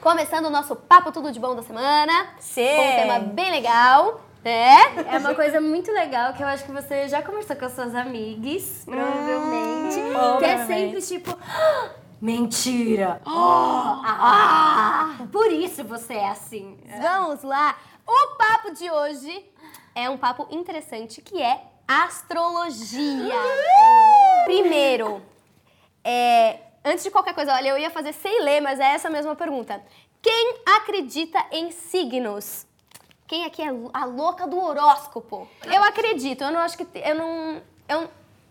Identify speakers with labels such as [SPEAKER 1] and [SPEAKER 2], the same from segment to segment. [SPEAKER 1] Começando o nosso Papo Tudo de Bom da semana.
[SPEAKER 2] Sim.
[SPEAKER 1] Com um tema bem legal, né?
[SPEAKER 3] É uma coisa muito legal que eu acho que você já conversou com as suas amigas,
[SPEAKER 1] Hum,
[SPEAKER 3] provavelmente. que é sempre
[SPEAKER 2] provavelmente.
[SPEAKER 3] tipo. "Ah, Mentira! Ah, ah, por isso você é assim.
[SPEAKER 1] Vamos lá! O papo de hoje é um papo interessante que é astrologia. Primeiro, é, antes de qualquer coisa, olha, eu ia fazer sem ler, mas é essa mesma pergunta. Quem acredita em signos? Quem aqui é a louca do horóscopo? Eu acredito, eu não acho que. Eu não. Eu,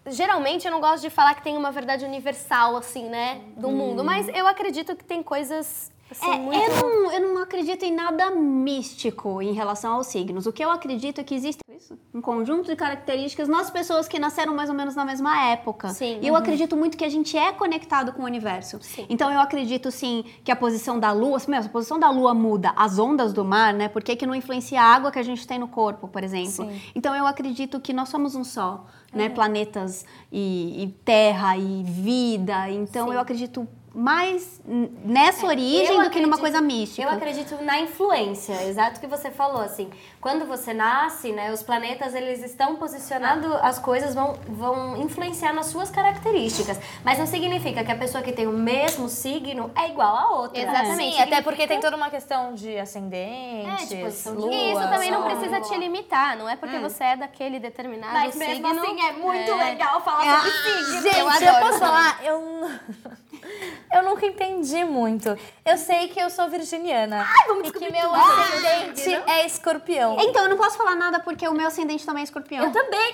[SPEAKER 1] geralmente eu não gosto de falar que tem uma verdade universal, assim, né? Do mundo, mas eu acredito que tem coisas. Assim,
[SPEAKER 4] Hum. É,
[SPEAKER 1] muito...
[SPEAKER 4] eu, não, eu não acredito em nada místico em relação aos signos. O que eu acredito é que existe isso, um conjunto de características nas pessoas que nasceram mais ou menos na mesma época.
[SPEAKER 1] Sim.
[SPEAKER 3] uhum.
[SPEAKER 4] E eu acredito muito que a gente é conectado com o universo.
[SPEAKER 1] Sim.
[SPEAKER 4] Então eu acredito sim que a posição da lua, assim, meu, a posição da lua muda, as ondas do mar, né? Por que, que não influencia a água que a gente tem no corpo, por exemplo? Então eu acredito que nós somos um só,
[SPEAKER 3] Uhum.
[SPEAKER 4] né? Planetas e, e terra e vida. Então
[SPEAKER 3] Sim. É,
[SPEAKER 4] eu acredito mais n- nessa origem
[SPEAKER 3] eu
[SPEAKER 4] do que numa
[SPEAKER 3] acredito-
[SPEAKER 4] coisa mística.
[SPEAKER 3] Eu acredito na influência, exato o que você falou, assim. Quando você nasce, né, os planetas, eles estão posicionados, as coisas vão, vão influenciar nas suas características. Mas não significa que a pessoa que tem o mesmo signo é igual a outra.
[SPEAKER 1] Exatamente.
[SPEAKER 2] Sim, até porque tem toda uma questão de ascendentes,
[SPEAKER 3] É, de posição de-
[SPEAKER 2] lua,
[SPEAKER 1] E isso também não
[SPEAKER 4] né?
[SPEAKER 3] sol.
[SPEAKER 1] precisa te limitar, não é porque você é daquele determinado
[SPEAKER 3] Mas
[SPEAKER 1] signo.
[SPEAKER 3] mesmo assim, é muito legal falar
[SPEAKER 4] É.
[SPEAKER 3] sobre signo.
[SPEAKER 2] Gente,
[SPEAKER 1] Eu
[SPEAKER 2] eu,
[SPEAKER 1] adoro
[SPEAKER 2] posso
[SPEAKER 1] isso também.
[SPEAKER 2] falar? Eu, n- eu nunca entendi muito. Eu sei que eu sou virginiana. Ai, vamos e que meu ascendente é escorpião.
[SPEAKER 4] Então, eu não posso falar nada porque o meu ascendente também é escorpião.
[SPEAKER 3] Eu também.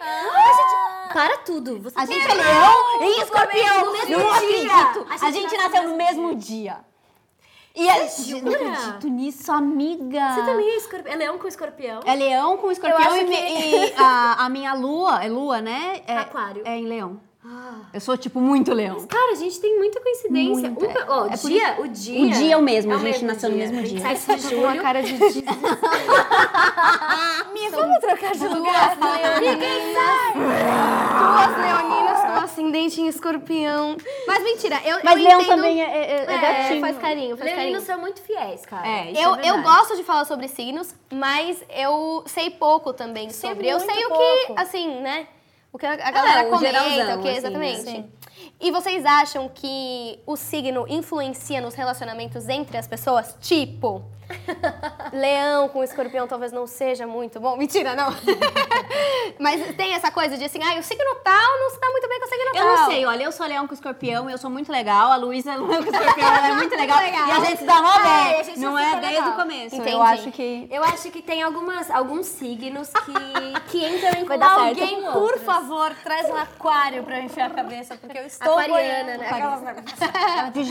[SPEAKER 4] Para tudo. a gente é
[SPEAKER 3] tem
[SPEAKER 4] leão e escorpião.
[SPEAKER 3] no mesmo
[SPEAKER 4] Não
[SPEAKER 3] dia.
[SPEAKER 4] acredito.
[SPEAKER 3] A
[SPEAKER 4] A
[SPEAKER 3] gente
[SPEAKER 4] gente,
[SPEAKER 2] é
[SPEAKER 4] nasceu no mesmo dia. E a gente não acredito nisso, amiga.
[SPEAKER 3] Você também é, escorpi- é leão com escorpião?
[SPEAKER 4] É leão com escorpião
[SPEAKER 3] acho
[SPEAKER 4] e, me- e a, a minha lua, é lua, né? É,
[SPEAKER 3] Aquário.
[SPEAKER 4] É em leão.
[SPEAKER 3] Ah.
[SPEAKER 4] Eu sou, tipo, muito leão.
[SPEAKER 3] Cara, a gente tem muita coincidência.
[SPEAKER 4] Muita.
[SPEAKER 3] Um pe- ó,
[SPEAKER 4] É por
[SPEAKER 3] dia, o dia.
[SPEAKER 4] O dia é o mesmo,
[SPEAKER 3] é
[SPEAKER 4] a gente nasceu no mesmo dia.
[SPEAKER 3] 27 de julho.
[SPEAKER 1] cara de desespero.
[SPEAKER 2] Vamos trocar de lugar?
[SPEAKER 1] Duas leoninas com ascendente em escorpião. Mas mentira, eu,
[SPEAKER 4] Mas
[SPEAKER 1] eu
[SPEAKER 4] leão
[SPEAKER 1] entendo...
[SPEAKER 4] também é, é, é, é
[SPEAKER 1] É,
[SPEAKER 4] gatinho.
[SPEAKER 1] faz carinho, faz carinho.
[SPEAKER 3] Leoninos são muito fiéis, cara.
[SPEAKER 4] É, isso
[SPEAKER 1] Eu,
[SPEAKER 4] é
[SPEAKER 1] eu
[SPEAKER 4] verdade.
[SPEAKER 1] gosto de falar sobre signos, mas eu sei pouco também sobre. Eu
[SPEAKER 2] muito
[SPEAKER 1] sei o que,
[SPEAKER 2] pouco.
[SPEAKER 1] assim, né? O que a galera
[SPEAKER 4] o
[SPEAKER 1] comenta,
[SPEAKER 4] geralzão,
[SPEAKER 1] o que,
[SPEAKER 4] assim,
[SPEAKER 1] exatamente.
[SPEAKER 2] né?
[SPEAKER 1] E vocês acham que o signo influencia nos relacionamentos entre as pessoas? Tipo, leão com escorpião talvez não seja muito bom. Mentira, não. mas tem essa coisa de assim, ah, o signo tal não se dá muito bem com o signo
[SPEAKER 4] Eu
[SPEAKER 1] tal.
[SPEAKER 4] não sei, olha, eu sou leão com escorpião, eu sou muito legal, a Luísa é leão com escorpião, ela é muito legal, e a gente se dá mó
[SPEAKER 3] É, a
[SPEAKER 4] bem,
[SPEAKER 3] gente
[SPEAKER 4] não
[SPEAKER 3] se
[SPEAKER 4] é
[SPEAKER 3] dá
[SPEAKER 4] desde
[SPEAKER 3] legal.
[SPEAKER 4] o começo,
[SPEAKER 1] Entendi.
[SPEAKER 4] eu acho que...
[SPEAKER 3] Eu acho que tem algumas, alguns signos que, que entram em
[SPEAKER 4] Vai dar certo.
[SPEAKER 3] alguém com
[SPEAKER 2] Por
[SPEAKER 3] outros.
[SPEAKER 2] favor, traz um aquário pra eu enfiar a cabeça, porque eu estou
[SPEAKER 1] Aquariana,
[SPEAKER 2] boiando.
[SPEAKER 1] né?
[SPEAKER 2] Aquelas-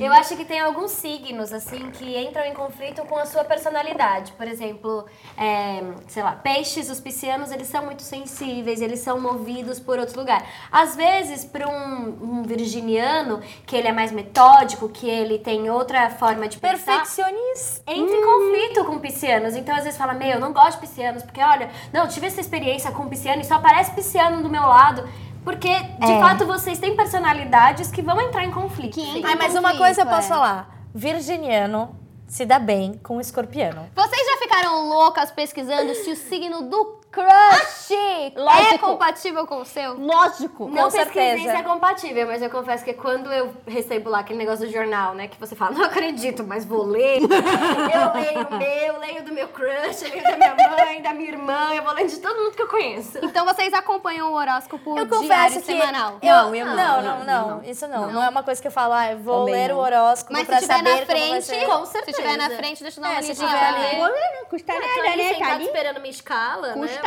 [SPEAKER 3] Eu acho que tem alguns signos, assim, que entram em conflito com a sua personalidade. Por exemplo, é, sei lá, peixes, os piscianos, eles são muito sensíveis, eles são movidos por outro lugar. Às vezes, para um, um virginiano, que ele é mais metódico, que ele tem outra forma de pensar...
[SPEAKER 2] Perfeccionista.
[SPEAKER 3] Entra em conflito com piscianos. Então, às vezes, fala, meu, não gosto de piscianos, porque, olha, não, tive essa experiência com pisciano e só aparece pisciano do meu lado. Porque, de fato, vocês têm personalidades que vão entrar em conflito.
[SPEAKER 4] Que
[SPEAKER 1] é
[SPEAKER 4] entram
[SPEAKER 2] Ai, mas uma
[SPEAKER 4] conflito,
[SPEAKER 2] coisa eu posso
[SPEAKER 4] é.
[SPEAKER 2] falar. Virginiano se dá bem com escorpião.
[SPEAKER 1] Vocês já ficaram loucas pesquisando se o signo do crush é
[SPEAKER 4] Lógico.
[SPEAKER 1] compatível com o seu?
[SPEAKER 4] Lógico.
[SPEAKER 3] Não
[SPEAKER 2] Com
[SPEAKER 3] pesquisei se
[SPEAKER 2] certeza.
[SPEAKER 3] é compatível, mas eu confesso que quando eu recebo lá aquele negócio do jornal, né? Que você fala, não acredito, mas vou ler. eu leio o meu, leio do meu crush, leio da minha mãe, da minha irmã, eu vou ler de todo mundo que eu conheço.
[SPEAKER 1] Então vocês acompanham o horóscopo
[SPEAKER 2] Eu
[SPEAKER 1] diário
[SPEAKER 2] confesso que
[SPEAKER 1] semanal?
[SPEAKER 2] Eu, não,
[SPEAKER 4] Não, eu não,
[SPEAKER 2] não, não,
[SPEAKER 4] não, não.
[SPEAKER 2] Isso não. não. é uma coisa que eu falo, ah, eu vou
[SPEAKER 4] Também
[SPEAKER 2] ler
[SPEAKER 4] não.
[SPEAKER 2] o horóscopo
[SPEAKER 1] Mas
[SPEAKER 2] pra
[SPEAKER 1] se tiver
[SPEAKER 2] saber
[SPEAKER 1] na
[SPEAKER 2] como vai
[SPEAKER 1] frente,
[SPEAKER 2] ser.
[SPEAKER 3] Com
[SPEAKER 1] se
[SPEAKER 3] certeza.
[SPEAKER 1] tiver na frente, deixa eu dar uma
[SPEAKER 2] É, se
[SPEAKER 1] lidinha
[SPEAKER 2] tiver
[SPEAKER 1] pra
[SPEAKER 2] ali,
[SPEAKER 1] ler.
[SPEAKER 4] não custa nada,
[SPEAKER 3] Clarice, tá esperando minha escala,
[SPEAKER 1] Custa
[SPEAKER 3] né?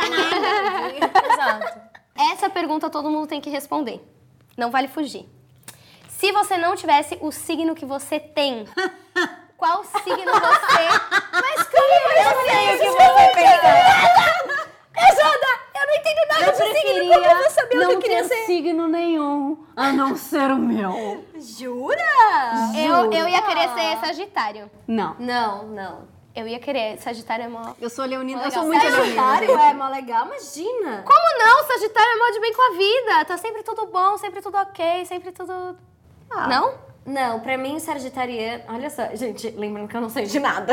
[SPEAKER 2] Exato.
[SPEAKER 1] Essa pergunta todo mundo tem que responder. Não vale fugir. Se você não tivesse o signo que você tem, qual signo você... Mas como eu sei o que você Ajuda! Eu não entendo nada
[SPEAKER 4] Eu preferia
[SPEAKER 2] vou saber o que eu
[SPEAKER 4] não
[SPEAKER 2] queria
[SPEAKER 4] ter
[SPEAKER 2] ser?
[SPEAKER 4] signo nenhum, a não ser o meu.
[SPEAKER 3] Jura?
[SPEAKER 1] Eu, eu ia querer ser Sagitário.
[SPEAKER 4] Não.
[SPEAKER 3] Não, não.
[SPEAKER 1] Eu ia querer. Sagitário é mó...
[SPEAKER 4] Eu sou leonina, eu
[SPEAKER 1] Legal.
[SPEAKER 4] sou muito leonina.
[SPEAKER 3] Sagitário é mó legal, imagina.
[SPEAKER 1] Como não? Sagitário é mó de bem com a vida. Tá sempre tudo bom, sempre tudo ok, sempre tudo... Não?
[SPEAKER 3] Não, pra mim, Sagitariano. Olha só, gente, lembrando que eu não sei de nada.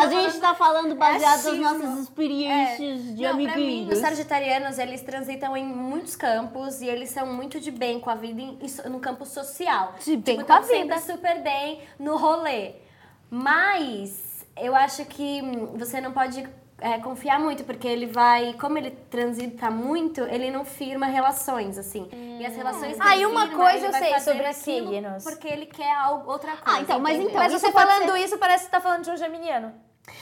[SPEAKER 4] A gente tá falando baseado nas nossas experiências de
[SPEAKER 3] Não, pra mim, os
[SPEAKER 4] amiguinhos.
[SPEAKER 3] sagitarianos, eles transitam em muitos campos e eles são muito de bem com a vida em- em so- no campo social.
[SPEAKER 1] De bem
[SPEAKER 3] Tipo,
[SPEAKER 1] com a
[SPEAKER 3] tão sempre super bem no rolê. Mas eu acho que hum, você não pode é, confiar muito, porque ele vai... Como ele transita muito, ele não firma relações, assim. E as relações que
[SPEAKER 2] Ah,
[SPEAKER 3] ele
[SPEAKER 2] e uma
[SPEAKER 3] firma,
[SPEAKER 2] coisa
[SPEAKER 3] ele
[SPEAKER 2] eu
[SPEAKER 3] vai
[SPEAKER 2] sei
[SPEAKER 3] fazer
[SPEAKER 2] sobre
[SPEAKER 3] aquilo
[SPEAKER 2] signos.
[SPEAKER 3] Porque ele quer algo, outra coisa.
[SPEAKER 4] Ah, então, mas
[SPEAKER 3] entendeu?
[SPEAKER 4] então
[SPEAKER 2] Mas
[SPEAKER 4] isso
[SPEAKER 2] você
[SPEAKER 4] pode
[SPEAKER 2] falando
[SPEAKER 4] ser-
[SPEAKER 2] isso, parece que você tá falando de um geminiano.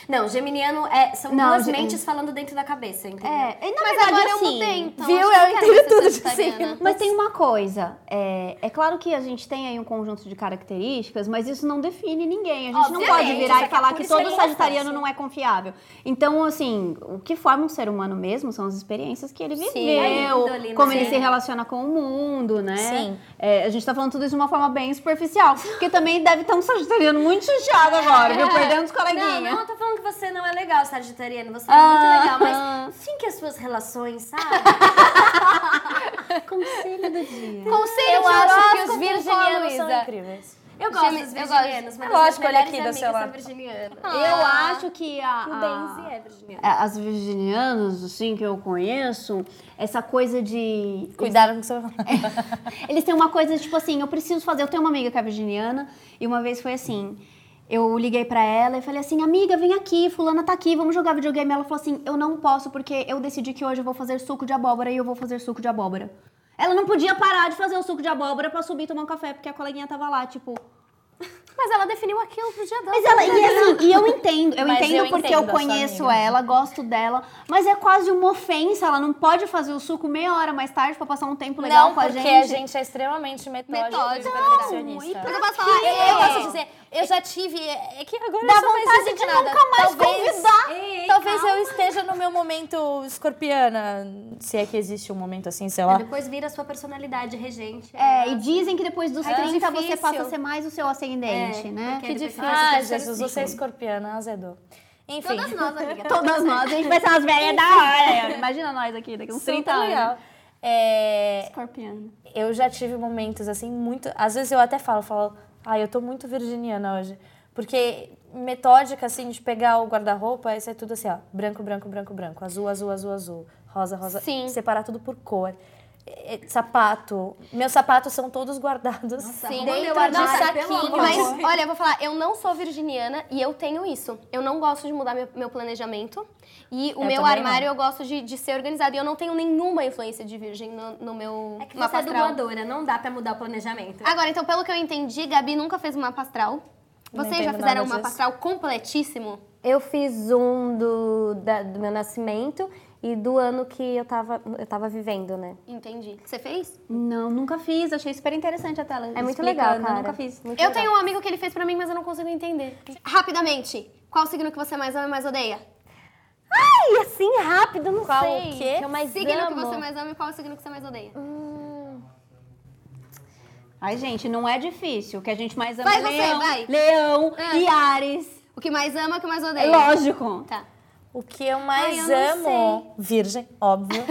[SPEAKER 3] Não, geminiano é, são
[SPEAKER 4] Não,
[SPEAKER 3] duas
[SPEAKER 4] ge-
[SPEAKER 3] mentes falando dentro da cabeça, entendeu?
[SPEAKER 4] É, e na
[SPEAKER 1] Mas
[SPEAKER 4] verdade,
[SPEAKER 1] agora eu
[SPEAKER 4] assim,
[SPEAKER 1] mudei, então.
[SPEAKER 2] viu?
[SPEAKER 1] acho que tá
[SPEAKER 2] Eu
[SPEAKER 1] quero
[SPEAKER 2] entendo
[SPEAKER 1] ser
[SPEAKER 2] tudo de
[SPEAKER 1] sagitariana.
[SPEAKER 2] signo.
[SPEAKER 4] Mas tem uma coisa, é, é claro que a gente tem aí um conjunto de características, mas isso não define ninguém. A gente não
[SPEAKER 1] Obviamente,
[SPEAKER 4] pode virar
[SPEAKER 1] só
[SPEAKER 4] e
[SPEAKER 1] que
[SPEAKER 4] falar
[SPEAKER 1] por
[SPEAKER 4] que
[SPEAKER 1] isso que
[SPEAKER 4] todo
[SPEAKER 1] ele é
[SPEAKER 4] sagitariano não é confiável. Então, assim, o que forma um ser humano mesmo são as experiências que ele viveu,
[SPEAKER 1] é
[SPEAKER 3] a índole, né?
[SPEAKER 4] como ele
[SPEAKER 3] Sim.
[SPEAKER 4] se relaciona com o mundo, né?
[SPEAKER 2] Sim.
[SPEAKER 4] É, a gente tá falando tudo isso de uma forma bem superficial, porque também deve estar um sagitariano muito chateado agora, viu? Perdendo os
[SPEAKER 3] Não,
[SPEAKER 4] coleguinhas.
[SPEAKER 3] não, eu tô falando que você não é legal, Sagitariano. Você
[SPEAKER 4] Ah.
[SPEAKER 3] é muito legal, mas fique as suas relações, sabe?
[SPEAKER 1] é
[SPEAKER 4] Conselho do dia.
[SPEAKER 1] Conselho
[SPEAKER 2] Eu
[SPEAKER 1] de
[SPEAKER 2] acho que
[SPEAKER 1] horóscopo
[SPEAKER 2] os
[SPEAKER 1] com
[SPEAKER 2] virginianos
[SPEAKER 1] Luísa.
[SPEAKER 2] são incríveis.
[SPEAKER 3] Eu gosto
[SPEAKER 1] Gemi-
[SPEAKER 3] dos
[SPEAKER 1] eu gosto.
[SPEAKER 2] É
[SPEAKER 3] virginianos, mas as minhas
[SPEAKER 2] lógico, olha
[SPEAKER 3] melhores
[SPEAKER 2] aqui do
[SPEAKER 3] amigas
[SPEAKER 2] seu lado.
[SPEAKER 3] são virginianas.
[SPEAKER 1] Ah.
[SPEAKER 4] Eu acho que a.
[SPEAKER 3] O
[SPEAKER 4] a-
[SPEAKER 3] Benzi é virginiano.
[SPEAKER 4] É, as virginianas, assim, que eu conheço, essa coisa de.
[SPEAKER 2] Cuidado com o que você vai falar.
[SPEAKER 4] Eles têm uma coisa, tipo assim, eu preciso fazer. Eu tenho uma amiga que é virginiana, e uma vez foi assim. Eu liguei pra ela e falei assim, amiga, vem aqui, fulana tá aqui, vamos jogar videogame. Ela falou assim, eu não posso porque eu decidi que hoje eu vou fazer suco de abóbora e eu vou fazer suco de abóbora. Ela não podia parar de fazer o suco de abóbora pra subir e tomar um café porque a coleguinha tava lá, tipo.
[SPEAKER 1] Mas ela definiu aquilo pro dia dela.
[SPEAKER 4] Mas
[SPEAKER 3] é
[SPEAKER 4] ela, e assim, e eu entendo, eu
[SPEAKER 2] Mas
[SPEAKER 4] entendo
[SPEAKER 2] eu
[SPEAKER 4] porque
[SPEAKER 2] entendo a
[SPEAKER 4] eu
[SPEAKER 2] sua
[SPEAKER 4] conheço
[SPEAKER 2] amiga.
[SPEAKER 4] ela, gosto dela, mas é quase uma ofensa, ela não pode fazer o suco meia hora mais tarde pra passar um tempo legal
[SPEAKER 2] Não,
[SPEAKER 4] com a
[SPEAKER 2] porque
[SPEAKER 4] gente.
[SPEAKER 2] a gente é extremamente metódico e
[SPEAKER 1] Metódico.
[SPEAKER 4] e
[SPEAKER 2] perfeccionista.
[SPEAKER 4] pra
[SPEAKER 1] Porque é. eu posso
[SPEAKER 4] quê?
[SPEAKER 1] falar,
[SPEAKER 2] Eu, eu posso dizer, eu já tive. É que agora
[SPEAKER 4] Dá
[SPEAKER 2] eu sou mais
[SPEAKER 4] vontade de
[SPEAKER 2] indignada.
[SPEAKER 4] nunca mais
[SPEAKER 2] talvez,
[SPEAKER 4] convidar.
[SPEAKER 2] Talvez eu esteja no meu momento escorpiana, se é que existe um momento assim, sei
[SPEAKER 1] É.
[SPEAKER 2] lá.
[SPEAKER 3] Depois vira a sua personalidade regente.
[SPEAKER 4] É, e dizem que depois dos
[SPEAKER 2] que
[SPEAKER 4] 30 você
[SPEAKER 2] difícil.
[SPEAKER 4] passa a ser mais o seu
[SPEAKER 1] É,
[SPEAKER 4] ascendente, né?
[SPEAKER 3] porque- Que difícil,
[SPEAKER 2] Ah,
[SPEAKER 3] terceiro
[SPEAKER 2] Jesus, você é escorpiana, azedou. Enfim. um
[SPEAKER 1] Todas nós, amiga.
[SPEAKER 4] Todas nós, a gente vai ser umas velhas da hora. Imagina nós aqui daqui uns
[SPEAKER 2] super
[SPEAKER 4] 30 anos.
[SPEAKER 2] legal. É,
[SPEAKER 4] Escorpiano.
[SPEAKER 2] eu já tive momentos assim muito, às vezes eu até falo, falo, ai, eu tô muito virginiana hoje, porque metódica assim de pegar o guarda-roupa, isso é tudo assim, ó, branco, branco, branco, branco, azul, azul, azul, azul, rosa, rosa,
[SPEAKER 1] Sim.
[SPEAKER 2] separar tudo por cor. É, é, sapato. Meus sapatos são todos guardados
[SPEAKER 1] Sim,
[SPEAKER 2] dentro
[SPEAKER 1] eu
[SPEAKER 2] de
[SPEAKER 1] adoro.
[SPEAKER 2] saquinhos.
[SPEAKER 1] Mas, olha, eu vou falar, eu não sou virginiana e eu tenho isso. Eu não gosto de mudar meu, meu planejamento. E o
[SPEAKER 2] Eu
[SPEAKER 1] meu
[SPEAKER 2] também
[SPEAKER 1] armário
[SPEAKER 2] não.
[SPEAKER 1] eu gosto de, de ser organizado. E eu não tenho nenhuma influência de virgem no, no meu
[SPEAKER 3] É que você
[SPEAKER 1] mapa
[SPEAKER 3] é
[SPEAKER 1] astral.
[SPEAKER 3] dubladora, não dá pra mudar o planejamento.
[SPEAKER 1] Agora, então, pelo que eu entendi, Gabi nunca fez um mapa astral.
[SPEAKER 2] Não
[SPEAKER 1] Vocês já
[SPEAKER 2] entendo
[SPEAKER 1] fizeram um
[SPEAKER 2] nada
[SPEAKER 1] mapa
[SPEAKER 2] disso.
[SPEAKER 1] astral completíssimo?
[SPEAKER 3] Eu fiz um do, da- do meu nascimento e do ano que eu tava, eu tava vivendo, né?
[SPEAKER 1] Entendi. Você fez?
[SPEAKER 4] Não, nunca fiz, achei super interessante a tela.
[SPEAKER 3] É muito
[SPEAKER 4] explicando,
[SPEAKER 3] legal, cara.
[SPEAKER 4] Eu nunca fiz.
[SPEAKER 3] Muito
[SPEAKER 1] Eu
[SPEAKER 3] legal.
[SPEAKER 1] tenho um amigo que ele fez pra mim, mas eu não consigo entender. Rapidamente, qual signo que você mais ama e mais odeia?
[SPEAKER 3] E assim, rápido, não
[SPEAKER 2] Qual
[SPEAKER 3] sei.
[SPEAKER 2] o quê?
[SPEAKER 3] Eu mais
[SPEAKER 1] signo que
[SPEAKER 3] amo.
[SPEAKER 1] você mais ama e qual signo que você mais odeia?
[SPEAKER 4] Ai, gente, não é difícil. O que a gente mais ama
[SPEAKER 1] Vai
[SPEAKER 4] é
[SPEAKER 1] você,
[SPEAKER 4] leão,
[SPEAKER 1] vai.
[SPEAKER 4] leão
[SPEAKER 1] Ah.
[SPEAKER 4] e Ares.
[SPEAKER 1] O que mais ama, o que mais
[SPEAKER 4] É
[SPEAKER 1] odeia?
[SPEAKER 4] lógico.
[SPEAKER 1] Tá.
[SPEAKER 2] O que eu mais
[SPEAKER 3] Ai, eu não
[SPEAKER 2] amo, virgem, óbvio.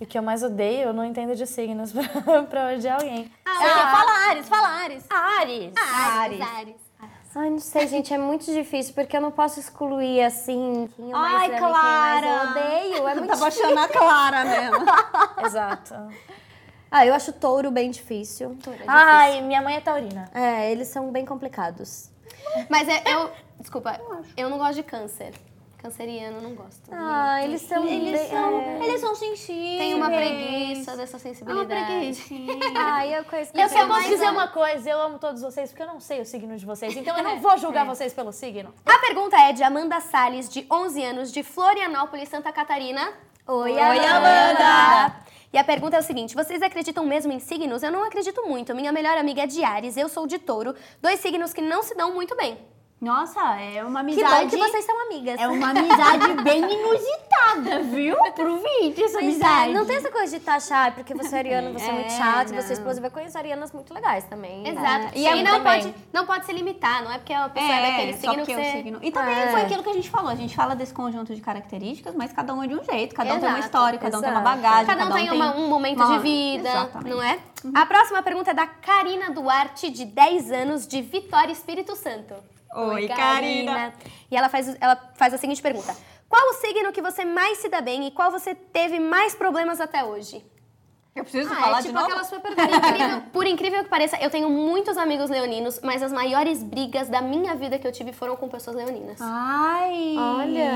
[SPEAKER 2] e o que eu mais odeio, eu não entendo de signos pra, pra odiar alguém.
[SPEAKER 1] Ah, Fala Ares, fala Ares.
[SPEAKER 2] Ares.
[SPEAKER 1] Ares.
[SPEAKER 4] Ah. Ares.
[SPEAKER 1] Ares.
[SPEAKER 3] Ai, não sei, gente, é muito difícil, porque eu não posso excluir, assim, quem eu mais
[SPEAKER 4] Ai,
[SPEAKER 3] amo e
[SPEAKER 4] Clara!
[SPEAKER 3] quem mais eu odeio. É muito
[SPEAKER 4] Tava achando a Clara mesmo.
[SPEAKER 2] Exato.
[SPEAKER 3] Ah, eu acho touro bem difícil.
[SPEAKER 2] Ai, minha mãe é taurina.
[SPEAKER 3] É, eles são bem complicados.
[SPEAKER 1] Mas é- eu. Desculpa, eu não gosto de câncer. Canceriano, não gosto.
[SPEAKER 3] Ah, eles são... bem- é.
[SPEAKER 4] eles são sensíveis.
[SPEAKER 1] Tem uma preguiça dessa
[SPEAKER 4] É uma
[SPEAKER 1] sensibilidade.
[SPEAKER 4] preguiça.
[SPEAKER 3] Ai, eu conheço...
[SPEAKER 2] E eu só
[SPEAKER 1] tenho
[SPEAKER 2] posso
[SPEAKER 1] mais
[SPEAKER 2] dizer
[SPEAKER 1] uma.
[SPEAKER 2] uma coisa, eu amo todos vocês, porque eu não sei o signo de vocês, então eu não vou
[SPEAKER 4] É.
[SPEAKER 2] julgar vocês pelo signo.
[SPEAKER 1] A pergunta é de Amanda Salles, de 11 anos, de Florianópolis, Santa Catarina.
[SPEAKER 3] Oi,
[SPEAKER 1] E a pergunta é o seguinte: vocês acreditam mesmo em signos? Eu não acredito muito. Minha melhor amiga é de Ares, eu sou de touro. Dois signos que não se dão muito bem.
[SPEAKER 4] Nossa, é uma
[SPEAKER 1] Que
[SPEAKER 4] amizade.
[SPEAKER 1] bom que vocês são amigas.
[SPEAKER 4] É uma amizade bem inusitada, viu? Pro vídeo, essa
[SPEAKER 3] Mas
[SPEAKER 4] amizade.
[SPEAKER 3] é, não tem essa coisa de taxar, "Ah, porque você é ariano, você é, muito
[SPEAKER 4] É,
[SPEAKER 3] chato,
[SPEAKER 4] não.
[SPEAKER 3] você é explosivo. Eu conheço arianas muito legais também.
[SPEAKER 1] Exato.
[SPEAKER 3] É.
[SPEAKER 1] E aí não
[SPEAKER 2] também.
[SPEAKER 1] pode, não pode se limitar, não é porque a pessoa é, daquele
[SPEAKER 4] só
[SPEAKER 1] signo que
[SPEAKER 4] porque
[SPEAKER 1] você... Ah.
[SPEAKER 4] é o signo. E também
[SPEAKER 3] É.
[SPEAKER 4] foi aquilo que a gente falou. A gente fala desse conjunto de características, mas cada um é de um jeito, cada um tem uma
[SPEAKER 1] Exato,
[SPEAKER 4] história, cada um tem uma
[SPEAKER 2] exato.
[SPEAKER 4] bagagem,
[SPEAKER 1] Cada um tem uma- um momento
[SPEAKER 4] uma-
[SPEAKER 1] de vida,
[SPEAKER 4] Exatamente.
[SPEAKER 1] não é? A próxima pergunta é da Karina Duarte, de 10 anos, de Vitória Espírito Santo.
[SPEAKER 4] Oi, Karina.
[SPEAKER 1] E ela faz, ela faz a seguinte pergunta. Qual o signo que você mais se dá bem e qual você teve mais problemas até hoje?
[SPEAKER 4] Eu preciso
[SPEAKER 3] Ah,
[SPEAKER 4] falar
[SPEAKER 3] é
[SPEAKER 4] de
[SPEAKER 3] tipo
[SPEAKER 4] novo?
[SPEAKER 3] aquela sua
[SPEAKER 1] Por
[SPEAKER 3] pergunta.
[SPEAKER 1] incrível, por incrível que pareça, eu tenho muitos amigos leoninos, mas as maiores brigas da minha vida que eu tive foram com pessoas leoninas.
[SPEAKER 4] Ah, Ai!
[SPEAKER 2] Olha.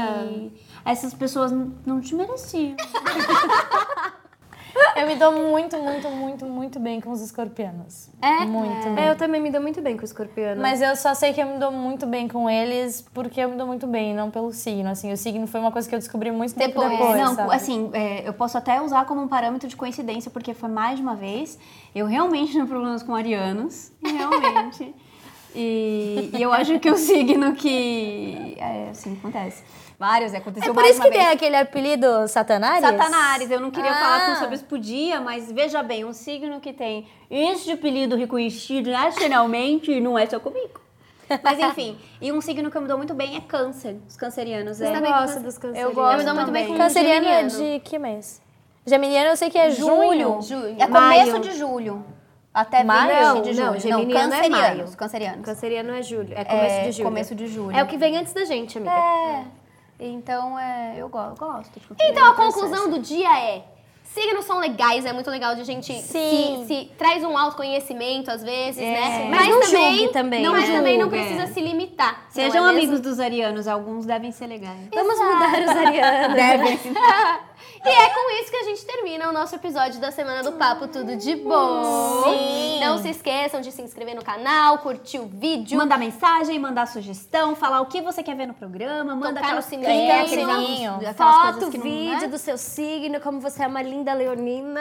[SPEAKER 2] É.
[SPEAKER 4] Essas pessoas n- não te mereciam.
[SPEAKER 2] Eu me dou muito, muito, muito, muito bem com os escorpianos.
[SPEAKER 1] É?
[SPEAKER 2] Muito bem.
[SPEAKER 3] É, eu também me dou muito bem com o escorpiano.
[SPEAKER 2] Mas eu só sei que eu me dou muito bem com eles porque eu me dou muito bem, não pelo signo. Assim, o signo foi uma coisa que eu descobri muito tempo
[SPEAKER 1] Depois,
[SPEAKER 2] depois.
[SPEAKER 4] É, não,
[SPEAKER 2] sabe?
[SPEAKER 4] assim, é, eu posso até usar como um parâmetro de coincidência, porque foi mais de uma vez. Eu realmente tenho problemas com arianos, realmente. e, e eu acho que o signo que. É, assim, acontece. Vários, é, aconteceu
[SPEAKER 2] é por
[SPEAKER 4] mais
[SPEAKER 2] isso
[SPEAKER 4] de uma
[SPEAKER 2] que
[SPEAKER 4] vez.
[SPEAKER 2] tem aquele apelido Satanás?
[SPEAKER 4] Satanares, eu não queria
[SPEAKER 2] Ah.
[SPEAKER 4] falar com- sobre isso, podia, mas veja bem, um signo que tem este apelido reconhecido nacionalmente não é só comigo. Mas enfim, e um signo que eu me dou muito bem é câncer, os cancerianos.
[SPEAKER 3] eu
[SPEAKER 4] É.
[SPEAKER 1] também
[SPEAKER 3] gosto
[SPEAKER 1] gosto.
[SPEAKER 3] dos
[SPEAKER 1] Eu
[SPEAKER 3] cancerianos.
[SPEAKER 1] gosto Eu me dou muito bem
[SPEAKER 4] também.
[SPEAKER 1] com
[SPEAKER 2] Canceriano é
[SPEAKER 1] geminiano.
[SPEAKER 2] de que mês? Geminiano eu sei que é junho.
[SPEAKER 1] Julho.
[SPEAKER 4] É
[SPEAKER 3] Maio.
[SPEAKER 4] começo de julho. Até
[SPEAKER 1] é
[SPEAKER 3] Maio?
[SPEAKER 4] 20 de
[SPEAKER 3] um
[SPEAKER 4] julho.
[SPEAKER 3] Não,
[SPEAKER 4] Não,
[SPEAKER 3] geminiano é maio.
[SPEAKER 4] cancerianos, cancerianos.
[SPEAKER 3] Canceriano é julho. É começo
[SPEAKER 4] É,
[SPEAKER 3] de julho.
[SPEAKER 4] começo de julho.
[SPEAKER 3] É o que vem antes da gente, amiga.
[SPEAKER 4] Então, é, eu go- eu gosto. de
[SPEAKER 1] Então a
[SPEAKER 4] câncer.
[SPEAKER 1] conclusão do dia é: signos são legais, é muito legal de a gente
[SPEAKER 2] Sim.
[SPEAKER 1] Se, se- traz um autoconhimento às vezes, né?
[SPEAKER 3] Mas não julgue também,
[SPEAKER 1] Mas
[SPEAKER 3] né?
[SPEAKER 1] também não
[SPEAKER 4] Julgue,
[SPEAKER 1] precisa
[SPEAKER 4] é.
[SPEAKER 1] se limitar. não
[SPEAKER 4] Sejam
[SPEAKER 1] é
[SPEAKER 4] amigos
[SPEAKER 1] mesmo?
[SPEAKER 4] dos arianos, alguns devem ser legais.
[SPEAKER 3] Vamos mudar os arianos.
[SPEAKER 1] E é com isso que a gente termina o nosso episódio da Semana do Papo Tudo de Bom.
[SPEAKER 2] Sim.
[SPEAKER 1] Não se esqueçam de se inscrever no canal, curtir o vídeo.
[SPEAKER 4] Mandar mensagem, mandar sugestão, falar o que você quer ver no programa, manda
[SPEAKER 1] Tocar no
[SPEAKER 4] aquelas-
[SPEAKER 1] sininho.
[SPEAKER 4] é,
[SPEAKER 2] Clicar no
[SPEAKER 4] anúncios,
[SPEAKER 2] sininho.
[SPEAKER 4] aquelas coisas
[SPEAKER 3] Foto,
[SPEAKER 4] que não-
[SPEAKER 3] vídeo
[SPEAKER 4] né?
[SPEAKER 3] do seu signo, como você é uma linda leonina.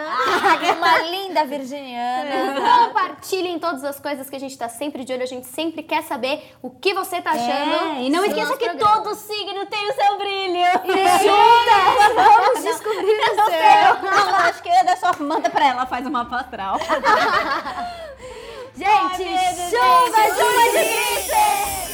[SPEAKER 2] Uma linda virginiana.
[SPEAKER 1] Compartilhem todas as coisas que a gente tá sempre de olho, a gente sempre quer saber o que você tá achando.
[SPEAKER 4] É, e não
[SPEAKER 1] do
[SPEAKER 4] esqueça
[SPEAKER 1] nosso
[SPEAKER 4] que
[SPEAKER 1] programa.
[SPEAKER 4] todo signo tem o seu brilho.
[SPEAKER 3] Vamos descobrir o seu.
[SPEAKER 4] Ela acho que é só manda pra ela, faz uma patral.
[SPEAKER 3] Gente, chuva, chuva de gritos!